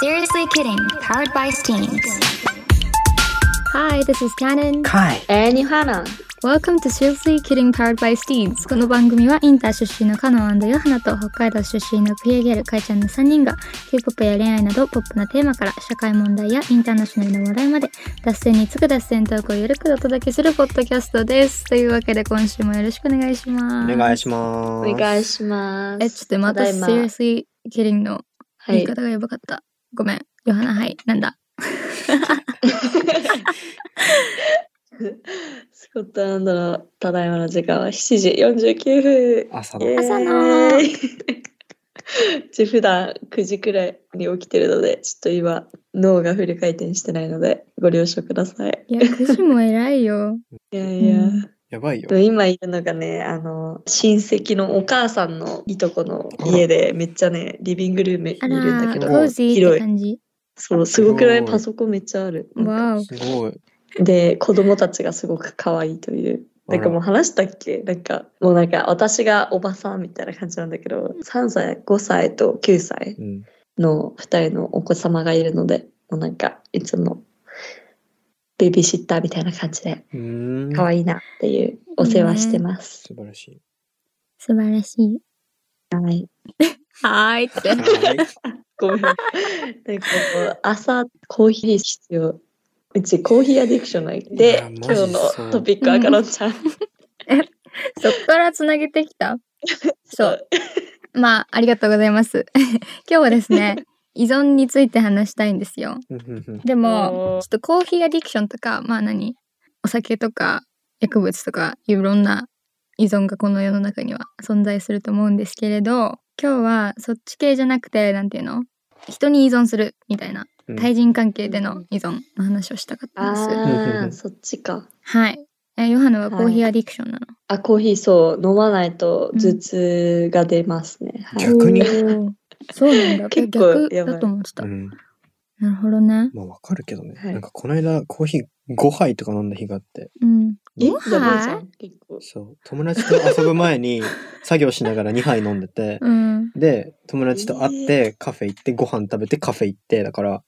Seriously Kidding, powered by Steams. Hi, this is Canon. はい。えー、ニハナ。 Welcome to Seriously Kidding Powered by Steeds. この番組はインター出身のカノンヨハナと北海道出身のクリエギャルカイちゃんの3人が K-POP や恋愛などポップなテーマから社会問題やインターナショナルな話題まで脱線に次ぐ脱線トークをゆるくお届けするポッドキャストです。というわけで今週もよろしくお願いしおます。願いしまおす。願いします。え、ちょっとまただいま Seriously Kidding のは言いい。方がやばかった。ごめん。ヨハナ、はい。なんだスコットランドのただいまの時間は7時49分。朝イのエーイ朝 の。ちょ普段9時くらいに起きてるので、ちょっと今、脳がフル回転してないので、ご了承ください。いや、9時も偉いよ。いやいや。うんやばいよでも。今いるのがね、あの、親戚のお母さんのいとこの家で、めっちゃね、リビングルームにいあらるんだけー、ど、コージーっ広てい。感じ。そう、すごくないパソコンめっちゃある。わお。すごい。で子供たちがすごく可愛いというなんかもう話したっけなんかもうなんか私がおばさんみたいな感じなんだけど3歳5歳と9歳うん。の2人のお子様がいるのでもうなんかいつもベビーシッターみたいな感じでうーん。可いい。愛いなっていうお世話してます。素晴らしい。素晴らしい。はい、はーいって。はいごめんなんかこう朝コーヒー必要うちコーヒーアディクションないいでやマジ今日そうのトピックはかのんちゃん。 そっからつなげてきた。そう。まあ、ありがとうございます。 今日はですね、依存について話したいんですよ。うんうんうんでもおー、ちょっとコーヒーアディクションとか、まあ何、お酒とか薬物とか、いろんな依存がこの世の中には存在すると思うんですけれど、今日はそっち系じゃなくて、なんていうの人に依存するみたいな、うん対人関係での依存の話をしたかったんです。うんあうあ、んそっちか。はい。え、ヨハナはコーヒーはアディクションなの、あ、コーヒーそう、飲まないと頭痛が出ますね。はい逆におーそうなんだ。結構逆やばいだと思ってた。うん。なるほどね。まあわかるけどね。はいなんかこの間コーヒー5杯とか飲んだ日があって。うん。えご飯やばいじゃん結構。そう。友達と遊ぶ前に作業しながら2杯飲んでて。うん。で、友達と会ってカフェ行ってご飯食べてカフェ行ってだから。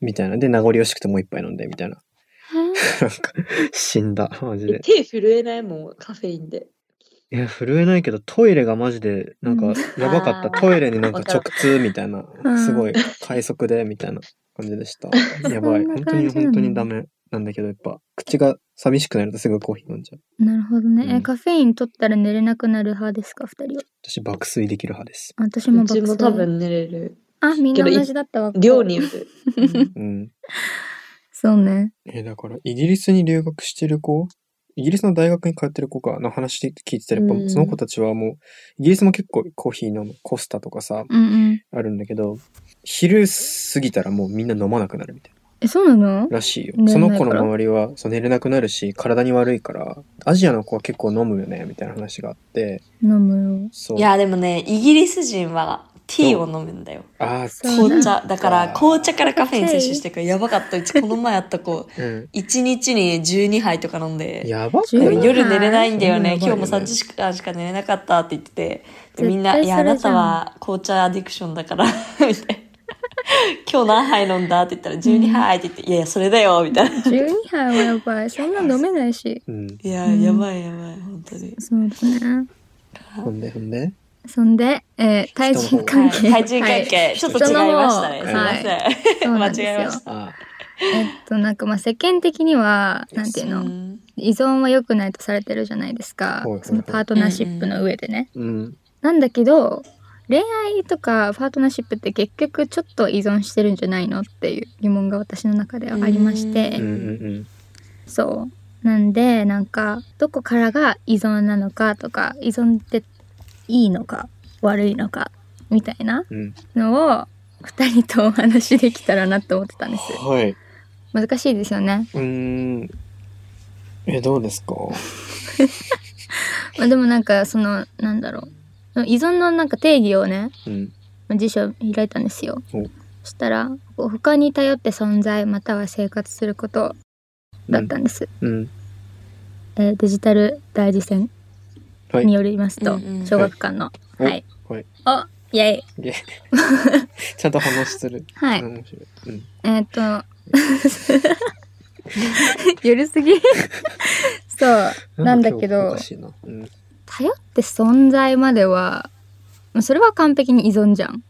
みたいな。で、名残惜しくてもう一杯飲んでみたいな。なんか死んだ。マジえで。手震えないもん、カフェインで。いや、震えないけど、トイレがマジで、なんうんか、やばかった。あートイレになんかわかる直通みたいなうん、すごい、快速で、みたいな感じでした。やばい。そん本な当感にじなの本当にダメなんだけど、やっぱ、口が寂しくなるとすぐコーヒー飲んじゃう。なるほどね。うえ、んカフェイン取ったら寝れなくなる派ですか、二人は。私、爆睡できる派です。私うも爆ち睡も多分寝れる。あ、みんな同じだったわ。量による。うんうん。そうね。え、だから、イギリスに留学してる子イギリスの大学に通ってる子かの話聞いてたら、やっうんぱ、その子たちはもう、イギリスも結構コーヒー飲む、コスタとかさ、うんうん。あるんだけど、昼過ぎたらもうみんな飲まなくなるみたいな。え、そうなのらしいよ寝れそのない子のから周りはそう寝れなくなるし体に悪いからアジアの子は結構飲むよねみたいな話があって飲むよ。そういや、でもね、イギリス人はティーを飲むんだよ。あーそう紅茶。だから、紅茶からカフェイン紅茶いい摂取してるから、やばかった。うちこの前あった子、うん1日に12杯とか飲んで、やばく十なでもい分夜寝れないんだよね。そ今んなの日もやばいよね3時間しか寝れなかったって言ってて、でみんな、絶対いや、あなたそは紅茶アディクションだから、 みたいな。今日何杯飲んだって言ったら、12杯って言って、いやいや、それだよ、みたいな。 12杯はやばい。そんな飲めないし。うんいや、うんやばいやばい、本当に。そうだね。ほんでほんでそんで、えー、対人関係。はい、対人関係、ちょっと違いましたね。人すいの方まはいせん。そうなんですよ間違えましあえっと、なんかまあ世間的には、なんていうの、ん依存は良くないとされてるじゃないですか、はいはいはいそのパートナーシップの上でね、うんなんだけど恋愛とかパートナーシップって結局ちょっと依存してるんじゃないのっていう疑問が私の中ではありまして、うんうんそうなんでなんかどこからが依存なのかとか依存っていいのか悪いのかみたいなうんうんのを2人とお話しできたらなと思ってたんですはい難しいですよね、うーんえどうですかまあ、でもなんかそのなんだろう依存のなんか定義をねうんまあ辞書を開いたんですよおそしたらこう他に頼って存在または生活することだったんです、うんえーデジタル大事戦はいによりますと、うんうん小学館の、おはいはいおイェイ。ゲ ちゃんと話する。はい面白い。うん。えーっと、ゆるすぎそう、なんだけ今日おどか、しいな。うん。頼って存在までは、まあそれは完璧に依存じゃん。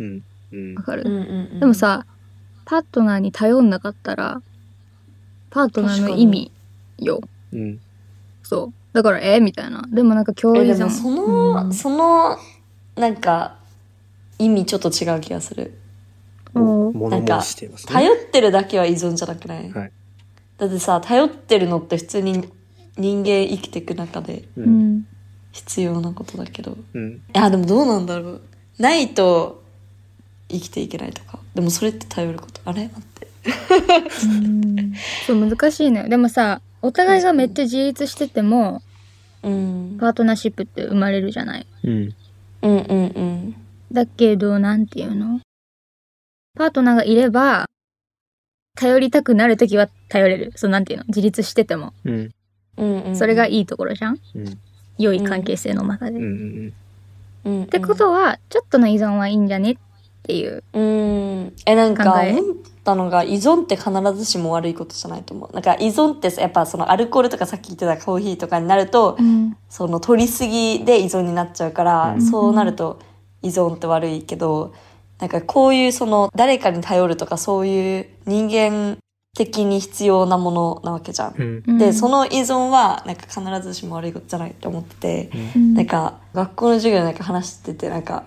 うん。うんわ。かる、うんうんうんでもさ、パートナーに頼んなかったら、パートナーの意味よ。うん。そう。だから、えみたいな。でもなんか共え依で存。もその、うんそのなんか意味ちょっと違う気がするおおー物申していますね。頼ってるだけは依存じゃなくない、はいだってさ頼ってるのって普通に人間生きていく中でう。うんん。必要なことだけどいうん。やでもどうなんだろうないと生きていけないとかでもそれって頼ることあれ待ってうんそう、難しいのよ。でもさ、お互いがめっちゃ自立してても、うんパートナーシップって生まれるじゃない。うん。うんうんうんだけど、なんていうのパートナーがいれば、頼りたくなるときは頼れる。そう、なんていうの自立してても。うん。うんうんそれがいいところじゃんうん。良い関係性の中で。うっん。ってことは、ちょっとの依存はいいんじゃねっていう。うん。え、なんか考え思ったのが、依存って必ずしも悪いことじゃないと思う。なんか依存ってさやっぱそのアルコールとかさっき言ってたコーヒーとかになると、その取りすぎで依存になっちゃうから、うんそうなると依存って悪いけど、なんかこういうその誰かに頼るとかそういう人間的に必要なものなわけじゃん。うん。で、その、の依存はなんか必ずしも悪いことじゃないと思ってて、うんなんか学校の授業でなんか話しててなんか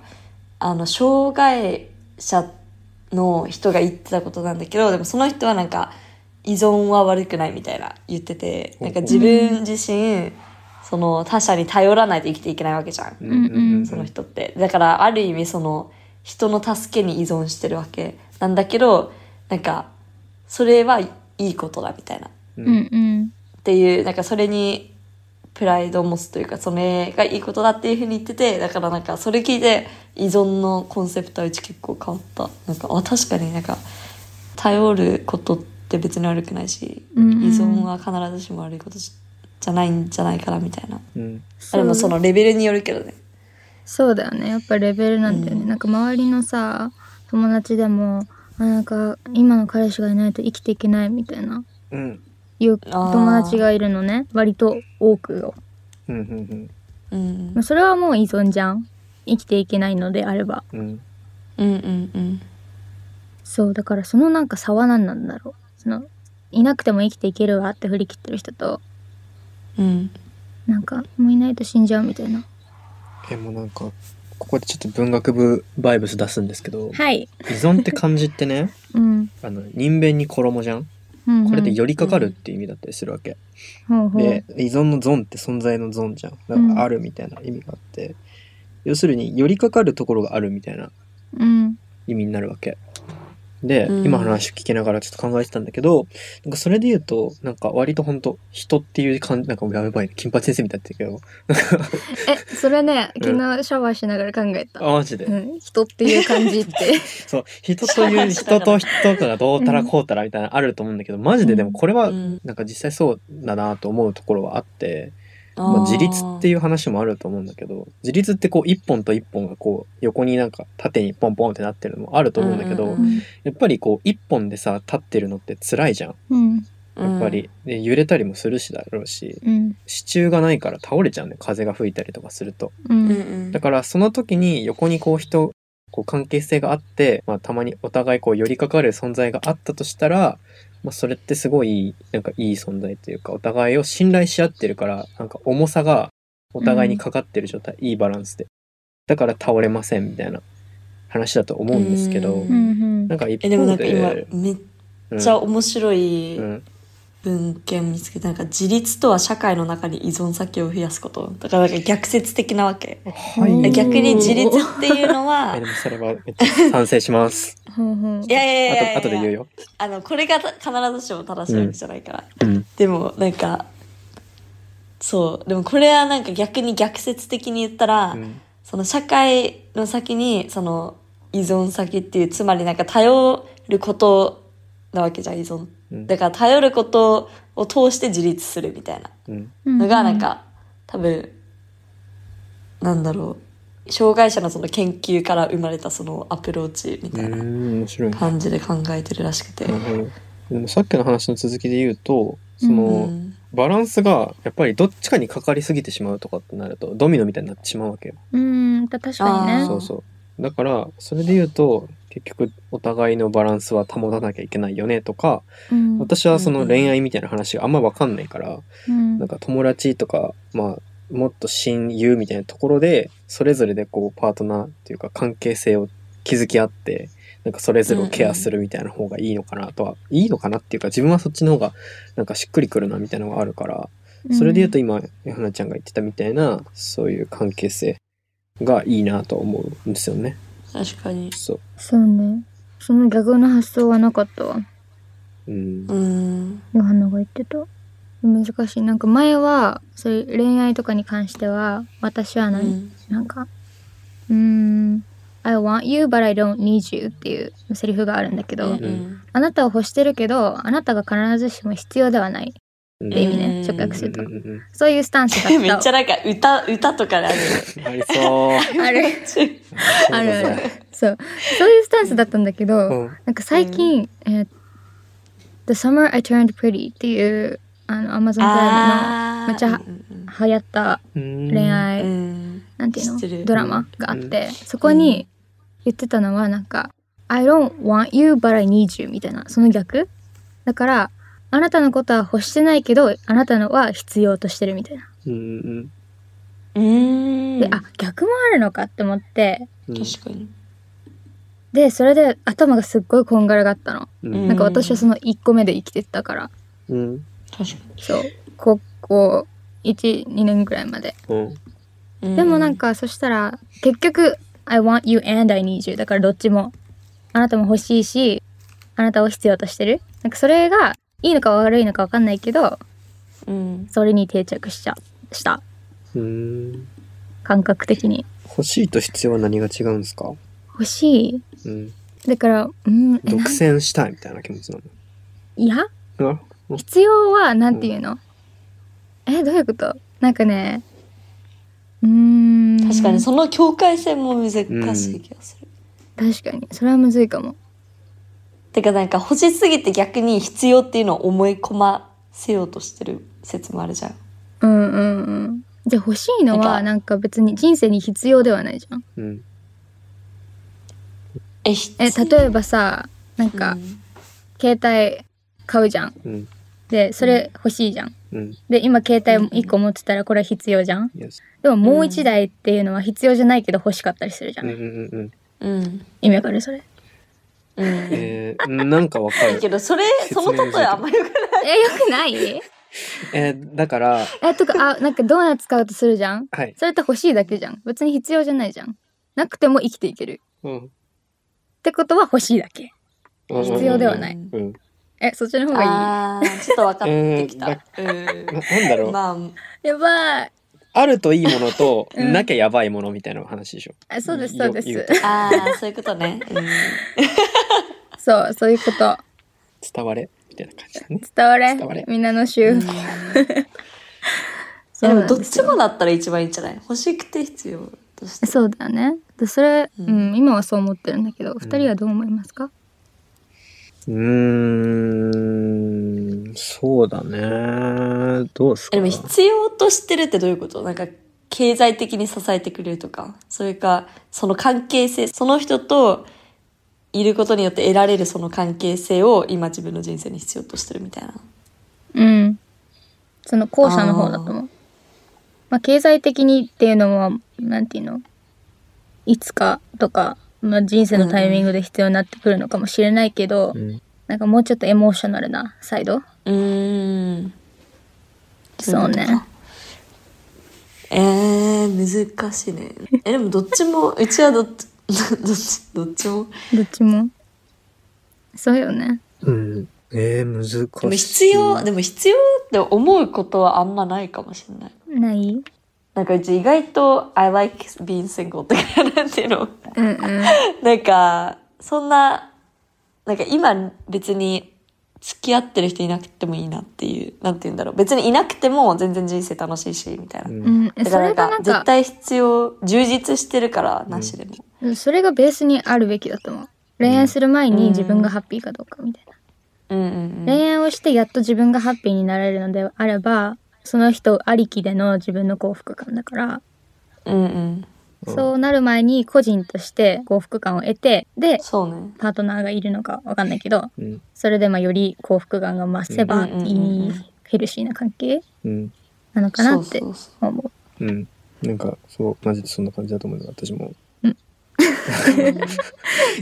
あの障害者の人が言ってたことなんだけどでもその人はなんか依存は悪くないみたいな言っててなんか自分自身その他者に頼らないと生きていけないわけじゃんうん。うんうんその人って。だから、ある意味その、人の助けに依存してるわけなんだけど、なんか、それはいいことだみたいな。っうんうん。ていう、なんかそれに、プライドを持つというか、それがいいことだっていうふうに言ってて、だからなんか、それ聞いて、依存のコンセプトはうち結構変わった。なんか、あ、確かになんか、頼ることって別に悪くないし、依うんうん存は必ずしも悪いことじじゃないんじゃないかなみたいな。うん。あれもそのレベルによるけどね。そうだよねやっぱレベルなんだよね、うんなんか周りのさ友達でもあなんか今の彼氏がいないと生きていけないみたいなうん。いうあー友達がいるのね割と多くよ、うん。うん。うんまあ、。それはもう依存じゃん生きていけないのであればうん。うんうんうん。そうだからそのなんか差は何なんだろうそのいなくても生きていけるわって振り切ってる人とうん。なんかもういないと死んじゃうみたいなえ、もうなんか、ここでちょっと文学部バイブス出すんですけど、はい依存って漢字ってね、うん、あの、人弁に衣じゃんうんうん、これで寄りかかるって意味だったりするわけ。ほうほうで、依存のゾンって存在のゾンじゃん。だからあるみたいな意味があって、要するに寄りかかるところがあるみたいなうん意味になるわけ。で、うん今の話聞きながらちょっと考えてたんだけど、なんかそれで言うと、なんか割とほんと人っていう感じ、なんかやばいね、金八先生みたいだったけど、えそれねうん昨日シャワーしながら考えた、あ、マジで。うん、人っていう感じってそう、人という、人と人とがどうたらこうたらみたいなのあると思うんだけど、マジででもこれは、なんか実際そうだなと思うところはあって、まあ、自立っていいう話もあると思うんだけど自立ってこう一本と一本がこう横になんか縦にポンポンってなってるのもあると思うんだけど、うんやっぱりこう一本でさ立ってるのって辛いじゃんうんうやっぱり、で揺れたりもするしだろうしうん支柱がないから倒れちゃうんだよ風が吹いたりとかするとううんんだからその時に横にこう人こう関係性があって、まあ、たまにお互いこう寄りかかる存在があったとしたら、まあ、それってすごいなんかいい存在というかお互いを信頼し合ってるからなんか重さがお互いにかかってる状態、いいバランスでだから倒れませんみたいな話だと思うんですけど、うんうんなんか一えでもな方んかで今めっちゃ面白いうんうん文献見つけてなんか自立とは社会の中に依存先を増やすことだからなんか逆説的なわけはいうん逆に自立っていうのはえでもそれ はめっちゃ賛成します。ほうほういやいやいやいやあと後で言うよ。あのこれが必ずしも正しいわけじゃないから、うんでもなんかそうでもこれはなんか逆に逆説的に言ったら、うんその社会の先にその依存先っていうつまりなんか頼ることなわけじゃん依存うんだから頼ることを通して自立するみたいなうんうんのがなんか多分なんだろう障害者のその研究から生まれたそのアプローチみうたいーなん面白い。な感じで考えてるらしくて。るほど。でもさっきの話の続きで言うと、そうのん、バランスがやっぱりどっちかにかかりすぎてしまうとかってなるとドミノみたいになってしまうわけよ。うん、た確かにあねー。そうそう。だからそれで言うと結局お互いのバランスは保たなきゃいけないよねとか、うん、私はそうんのうん恋愛みたいな話があんまわかんないから、うんなんか友達とか、まあ、もっと親友みたいなところで、それぞれでこう、パートナーっていうか関係性を築き合って、なんかそれぞれをケアするみたいな方がいいのかなとは、いいのかなっていうか、自分はそっちの方がなんかしっくりくるなみたいなのがあるから、それで言うと今、ゆはなちゃんが言ってたみたいな、そういう関係性がいいなと思うんですよね。確かに。そそうね。その逆の発想はなかったわ。う。うん。うん。ヨハナが言ってた。難しい。なんか前は、そういう恋愛とかに関しては、私はう何、んなんか、うーん、I want you but I don't need you っていうセリフがあるんだけど、うんうんあなたを欲してるけど、あなたが必ずしも必要ではないっうんて意味うんね、直訳するうとん。うんうんそういうスタンスだったわ。 めっちゃなんか歌、歌とかであるよね。うんありそう。あ る。あるある。そう。そういうスタンスだったんだけど、うん。なんか最近、えー The Summer I Turned Pretty っていう、あの、Amazon プライあーめっちゃうんムの流行った恋恋う愛、んなんていう知ってるのドラマがあって、そこに言ってたのはなんか「I don't want you but I need you」みたいなその逆だからあなたのことは欲してないけどあなたのは必要としてるみたいな。うんうんうん。であ逆もあるのかって思ってうん。確かに。でそれで頭がすっごいこんがらがったの。ううんんなんか私はその1個目で生きてたからうん確かそう高校12年ぐらいまで。うんに。でもなんかそしたら結局「I want you and I need you」だからどっちもあなたも欲しいしあなたを必要としてるなんかそれがいいのか悪いのか分かんないけどうん、それに定着しちゃしたうん感覚的に欲しいと必要は何が違うんですか、欲しいうん、だからうんえ独占したいみたいな気持ちなのいやなるほど必要はなんていうの、えどういうことなんかねうーん確かにその境界線も難しい気がする。確かにそれはむずいかもてかなんか欲しすぎて逆に必要っていうのを思い込ませようとしてる説もあるじゃん。うんうんうんじゃあ欲しいのはなんか別に人生に必要ではないじゃんうんえ、必え例えばさなんか携帯買うじゃんうんでそれ欲しいじゃんうんで今携帯1個持ってたらこれは必要じゃん Yes でももう1台っていうのは必要じゃないけど欲しかったりするじゃうんん、うんうんうんうん。意味わかるそれうん。えー、なんかわか けるどそれ、その例えあんまりよくな い。えよくないええー、だからとかあなんかドーナツ買うとするじゃんはい、それって欲しいだけじゃん別に必要じゃないじゃんなくても生きていけるうん、ってことは欲しいだけ必要ではないうんうんえそっちの方がああ、ちょっと分かってきた。なう。、なんだろうんまあ、いいやばいあるといいものと、うんなきゃやばいものみたいな話でしょあそうですよそうで言うすとああ、そういうことね。うんそうそういうこと伝われみたいな感じだね伝われ伝われみんなの週、うん そうでなもんどっですちよもだったら一番いいんじゃない欲しくて必要として。そうだよね。でそれ、ううんん、今はそう思ってるんだけど、二人はどう思いますか？うーんそうだねどうすかえでも必要としてるってどういうことなんか経済的に支えてくれるとか、それかその関係性、その人といることによって得られるその関係性を今自分の人生に必要としてるみたいな。うん。その後者の方だと思う。まあ経済的にっていうのはなんていうの、いつかとか、まあ人生のタイミングで必要になってくるのかもしれないけど、うんなんかもうちょっとエモーショナルなサイド。うーん。そうね。えー、難しいね。え、でもどっちも、うちはどっち、 どっち、どっちも。どっちも。そうよね。うんえー、でも難しい必要、でも必要って思うことはあんまないかもしれなない。い？なんかうち意外と I like being single とかなんていうの。うんうん。なんか、そんな、なんか今別に付き合ってる人いなくてもいいなっていう、なんて言うんだろう。別にいなくても全然人生楽しいし、みたいな。うんうん、だそからなれんかがなん絶か対必要、充実してるから、なしでも。それがベースにあるべきだと思う恋愛する前うんに自分がハッピーかどうかみたいな、うんうんうん。恋愛をしてやっと自分がハッピーになれるのであればその人ありきでの自分の幸福感だから、うんうん。うんそうなる前に個人として幸福感を得てでそうね。パートナーがいるのかわかんないけどうんそれでまあより幸福感が増せばうんうんいうんうんいヘルシーな関係うんなのかなってそうそ思 うそううんなんかそうマジでそんな感じだと思うよ私も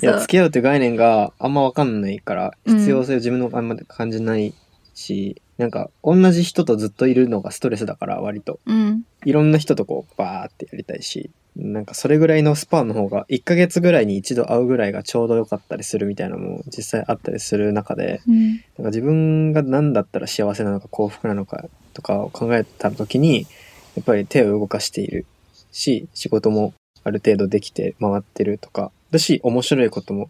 いやそう付き合うという概念があんま分かんないからうん必要性を自分のあんま感じないし、なんか同じ人とずっといるのがストレスだから割とうんいろんな人とこうバーってやりたいしなんかそれぐらいのスパンの方が1ヶ月ぐらいに一度会うぐらいがちょうど良かったりするみたいなのも実際あったりする中でうんなんか自分が何だったら幸せなのか幸福なのかとかを考えた時にやっぱり手を動かしているし仕事もある程度できて回ってるとかだし面白いことも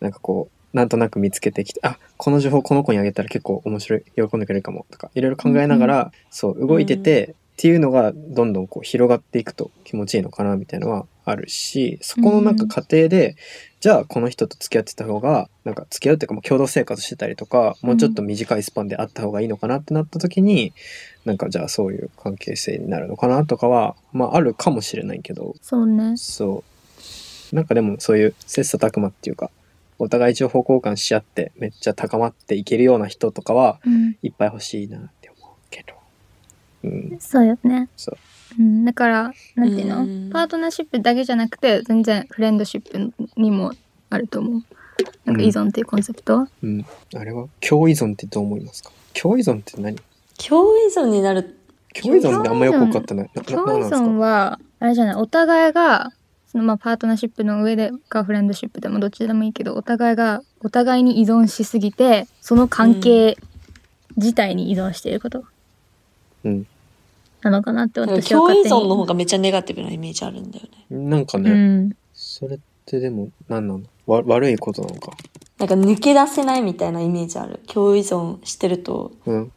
なんかこうなんとなく見つけてきてあこの情報この子にあげたら結構面白い喜んでくれるかもとかいろいろ考えながら、そう動いてて、っていうのがどんどんこう広がっていくと気持ちいいのかなみたいなのはあるしそこのなんか過程で、じゃあこの人と付き合ってた方がなんか付き合うっていうかもう共同生活してたりとかもうちょっと短いスパンであった方がいいのかなってなった時に、なんかじゃあそういう関係性になるのかなとかはまああるかもしれないけどそうねそうなんかでもそういう切磋琢磨っていうかお互い情報交換し合ってめっちゃ高まっていけるような人とかはうんいっぱい欲しいなって思うけどうんそうよねそううん、だからなんていうのうんパートナーシップだけじゃなくて全然フレンドシップにもあると思うなんか依存っていうコンセプト、うんあれは共依存ってどう思いますか共依存って何共依存になる。共依存ってあんまよく分かってないなな共依なんです存かはあれじゃないお互いがそのまあパートナーシップの上でかフレンドシップでもどっちでもいいけどお互いがお互いに依存しすぎてその関係自体に依存していることうんなのかなって私は共勝依手に存の方がめっちゃネガティブなイメージあるんだよね。なんかうね、んそれってでも何なのわ悪いことなのかなんか抜け出せないみたいなイメージある。共依存してると、うん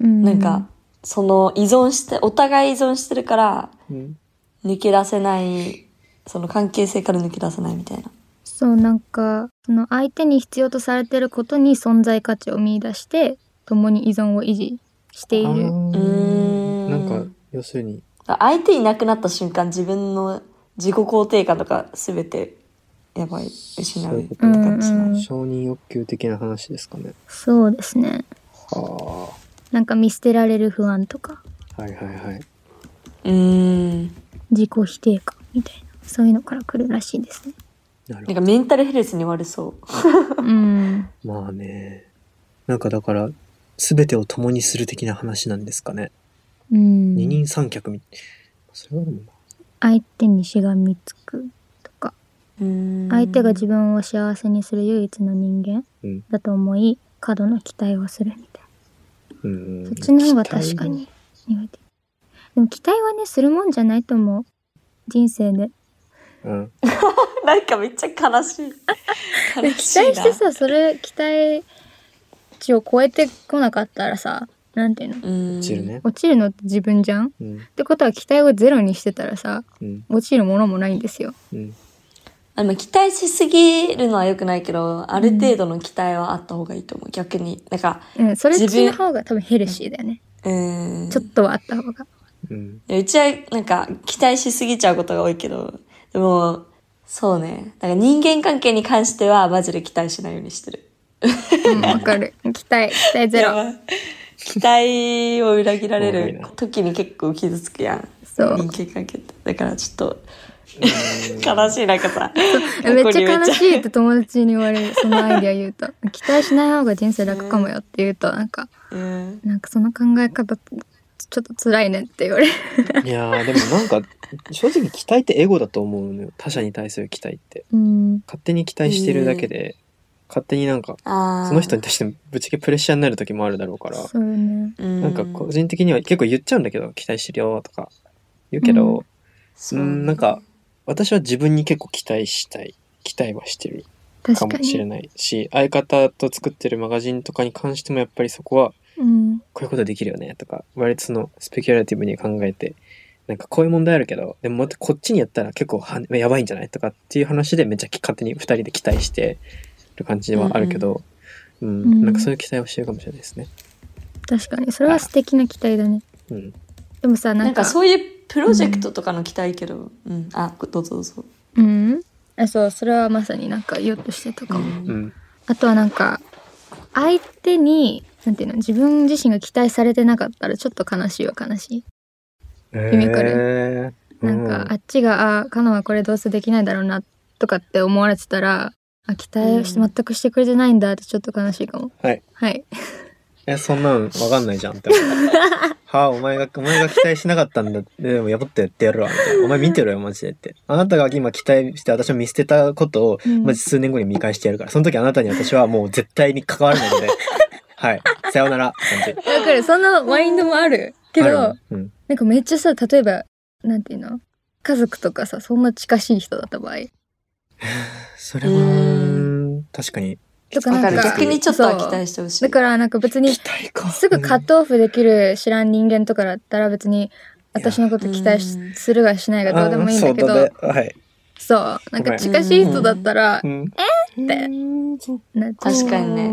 うんなんか、その依存して、お互い依存してるから、うん抜け出せない、その関係性から抜け出せないみたいな。そうなんかその相手に必要とされてることに存在価値を見出して共に依存を維持していあるうーーんなんか要するに相手いなくなった瞬間、自分の自己肯定感とか全て、やばい、失そうういうこ。と、うんううんん承認欲求的な話ですかねそうですねはなんか見捨てられる不安とかあはいはいはいうん。自己否定感みたいなそういうのから来るらしいですね。なるなほんかメンタルヘルスに悪そうう。ん、どまあねなんかだから全てを共にする的な話なんですかね、うん二人三脚みそれはでもな相手にしがみつくとか相手が自分を幸せにする唯一の人間うんだと思い過度な期待をするみたいうんなそっちの方が確かに苦手でも期待はねするもんじゃないと思う人生でうん なんかめっちゃ悲しい。でも悲期しいな待してさそれ期待値を超えてこなかったらさなんていうのうん。落ちるね落ちるのって自分じゃんっうんてことは期待をゼロにしてたらさうん落ちるものもないんですようんあの、期待しすぎるのは良くないけど、ある程度の期待はあった方がいいと思う。逆に。なんか、うん、それ自分の方が多分ヘルシーだよね。うーん。ちょっとはあった方が。うんうちは、なんか、期待しすぎちゃうことが多いけど、でも、そうね。なんか人間関係に関しては、マジで期待しないようにしてる。うん わ、かる。期待、期待ゼやロ。ばい期待を裏切られ多いるな時に結構傷つくやん。そう人間関係って。だからちょっと、悲しい、なんかさ。めっちゃ悲しいっい。て友達に言われる、そのアイディア言う と。期待しない方が人生楽かもよって言うと、なんか、うん。なんかその考え方、ちょっと辛いねって言われる。いやーでもなんか正直期待ってエゴだと思うのよ他者に対する期待ってうん。勝手に期待してるだけで、勝手になんかああ。その人に対してぶっちゃけプレッシャーになる時もあるだろうから、そうよね。ななんか個人的には結構言っちゃうんだけど期待してるよとか言うけど、、そううんなんか私は自分に結構期待したい期待はしてる確かかもしれに。ないし相方と作ってるマガジンとかに関してもやっぱりそこはうん。こういうことできるよねとか割とそのスペキュラティブに考えてなんかこういう問題あるけどでも待ってこっちにやったら結構はやばいんじゃないとかっていう話でめっちゃ勝手に2人で期待してる感じではあるけど、うんうんなんかそういう期待をしてるかもしれないですね。確かに。それは素敵な期待だね。うん、でもさ、ななんんかか、そういうプロジェクトとかの期待けど、うん、あ、どうぞどうぞ。うん。あ、そう、それはまさになんか言おうとしてたかうも。んうんあとはなんか、相手に、なんていうの、自分自身が期待されてなかったらちょっと悲しいは悲しい。意味わかるなんか、あっちが、あ、カノはこれどうせできないだろうな、とかって思われてたら、あ、期待をしてう全んくしてくれてないんだってちょっと悲しいかも。はい。はい。えそんなんわかんないじゃんって思 った。はあお前がお前が期待しなかったんだでもやばってやってやるわみたいなお前見てろよマジでってあなたが今期待して私を見捨てたことを、うん マジ数年後に見返してやるからその時あなたに私はもう絶対に関わらないの ではいさようならって感じ。だからそんなマインドもある。けあどる、うんなんかめっちゃさ、例えば、なんていうの家族とかさ、そんな近しい人だった場合。それはう確かにとかわなかんる。か、逆にちょっとは期待してほしい。だからなんか別に期、待かすぐカットオフできる知らん人間とかだったら別に、私のこと期待しうんするがしないがどうでもいいんだけあーど、そうだねはい。そう、なんか近しい人だったらう、んってうんそうなんか確かにね。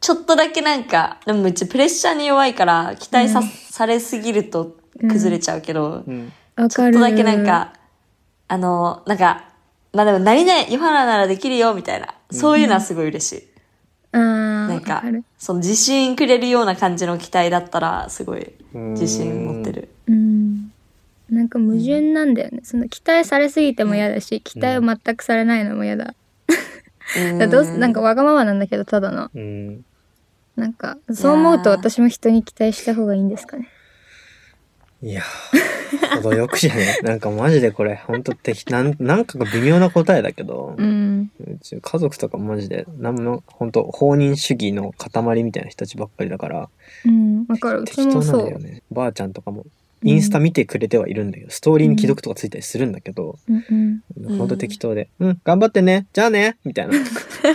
ちょっとだけなんか、でもうちプレッシャーに弱いから、期待さ,、うんされすぎると崩れちゃうけど、うんわちょかっる。とだけなんか、あの、なんか、まあでも、何々、ヨハナならできるよ、みたいな。そういうのはすごい嬉しい。あー、ななんかかる。、その自信くれるような感じの期待だったら、すごい自信持ってる。うん。なんか矛盾なんだよね。その期待されすぎても嫌だし、期待を全くされないのも嫌だ。だからどうすなんかわがままなんだけど、ただの。うんなんか、そう思うと私も人に期待した方がいいんですかね。いやー、程よくじゃね なんかマジでこれ、ほんと適当、なん、なんかが微妙な答えだけどう、ん。うち家族とかマジで、なんも、ほんと、放任主義の塊みたいな人たちばっかりだから、うん。わかる。うち適当もなんそだよう。ね。ばあちゃんとかも、インスタ見てくれてはいるんだけど、ストーリーに既読とかついたりするんだけど、うんうん。んほんと適当で、うん、頑張ってねじゃあねみたいな感じだ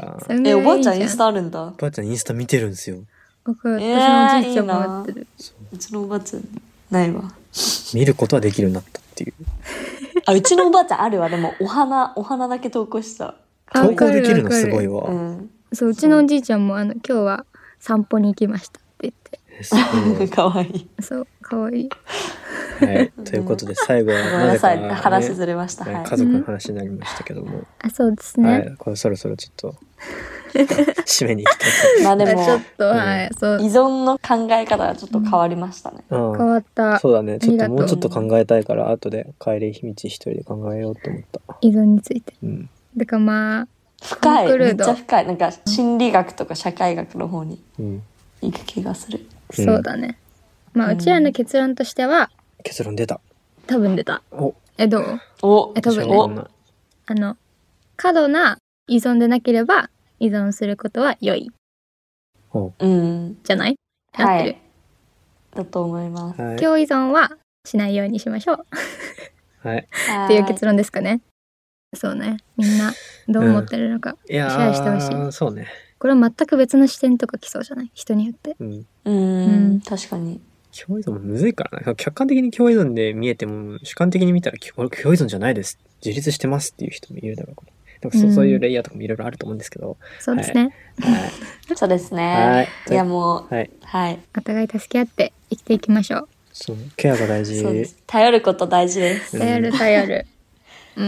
から、え、おばあちゃんインやスタあるんだ。ばあちゃんインスタ見てるんですよ。わかる。えー私のおじいちゃんもやってる。うちのおばあちゃん、ないわ。見ることはできるようになったっていう。あ、うちのおばあちゃんあるわ。でも、お花、お花だけ投稿した。あ投わか稿るできるのわかるすごいうわ。ん。そう、うちのおじいちゃんも、あの、今日は散歩に行きましたって言って。すごいかわいい。そう、かわいい。はい、ということで最後はごめんななぜさか、い。ね、話ずれました。はいは家い。族の話になりましたけども、あ、そうですね。はい、これそろそろちょっと締めに行きたいまあでもあち、ょっと、はい、そう依、存の考え方がちょっと変わりましたね。と思変う。わったん、そうだね。ちょっありとがとうもうちょっと考えたいから後で帰り道一人で考えようと思った。依存について。うん、だからまあ、深コンクい。ルめーっドちゃ深い。なんか、心理学とか社会学の方にうん、行く気がする。うんそうだね。まあ、うちらの結論としては、結論出た。多分出た。お、え、どうおえ、多分私はこんね、なあの、過度な依存でなければ、依存することは良い、うん。じゃないは合ってい。だと思います。はい、強依存はしないようにしましょう。はい。っていうは結論ですかね。そうね。みんな、どう思ってるのか。いやーシェアしてほしいそうね。これは全く別の視点とか来そうじゃない人によって。うん。うん。確かに。共依存もむずいからな。客観的に共依存で見えても、主観的に見たら、きこれ共依存じゃないです。自立してますっていう人もいるだろうから。なんかそ,、ううんそういうレイヤーとかもいろいろあると思うんですけど。そうですね。 はい。そうですはね。いいや、もう、はい。はい。お互い助け合って生きていきましょう。そう、ケアが大事。そうでこす。頼ること大事です。うん頼る頼る。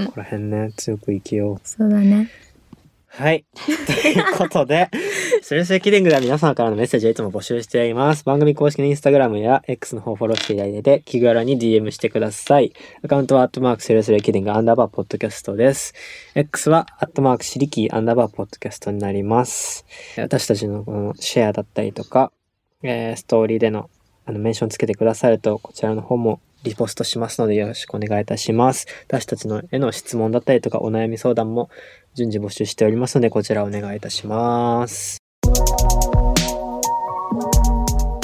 こら辺ね、強く生きよう。そうだね。はい。ということで、スルスエキリングでは皆様からのメッセージをいつも募集しています。番組公式のインスタグラムや X の方をフォローしていただいて、気軽に DM してください。アカウントはアットマークスルスエキリングアンダーバーポッドキャストです。X はアットマークシリキーアンダーバーポッドキャストになります。私たちのこのシェアだったりとか、えーストーリーでのあのメンションつけてくださると、こちらの方もリポストしますのでよろしくお願いいたします。私たちのへの質問だったりとか、お悩み相談も順次募集しておりますので、こちらお願いいたします。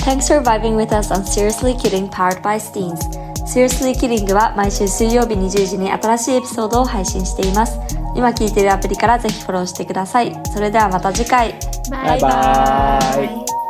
Thanks for vibing with us on Seriously Kidding powered by Steens. Seriously Killing は毎週水曜日20時に新しいエピソードを配信しています。今聞いているアプリからぜひフォローしてください。それではまた次回。バイバーイ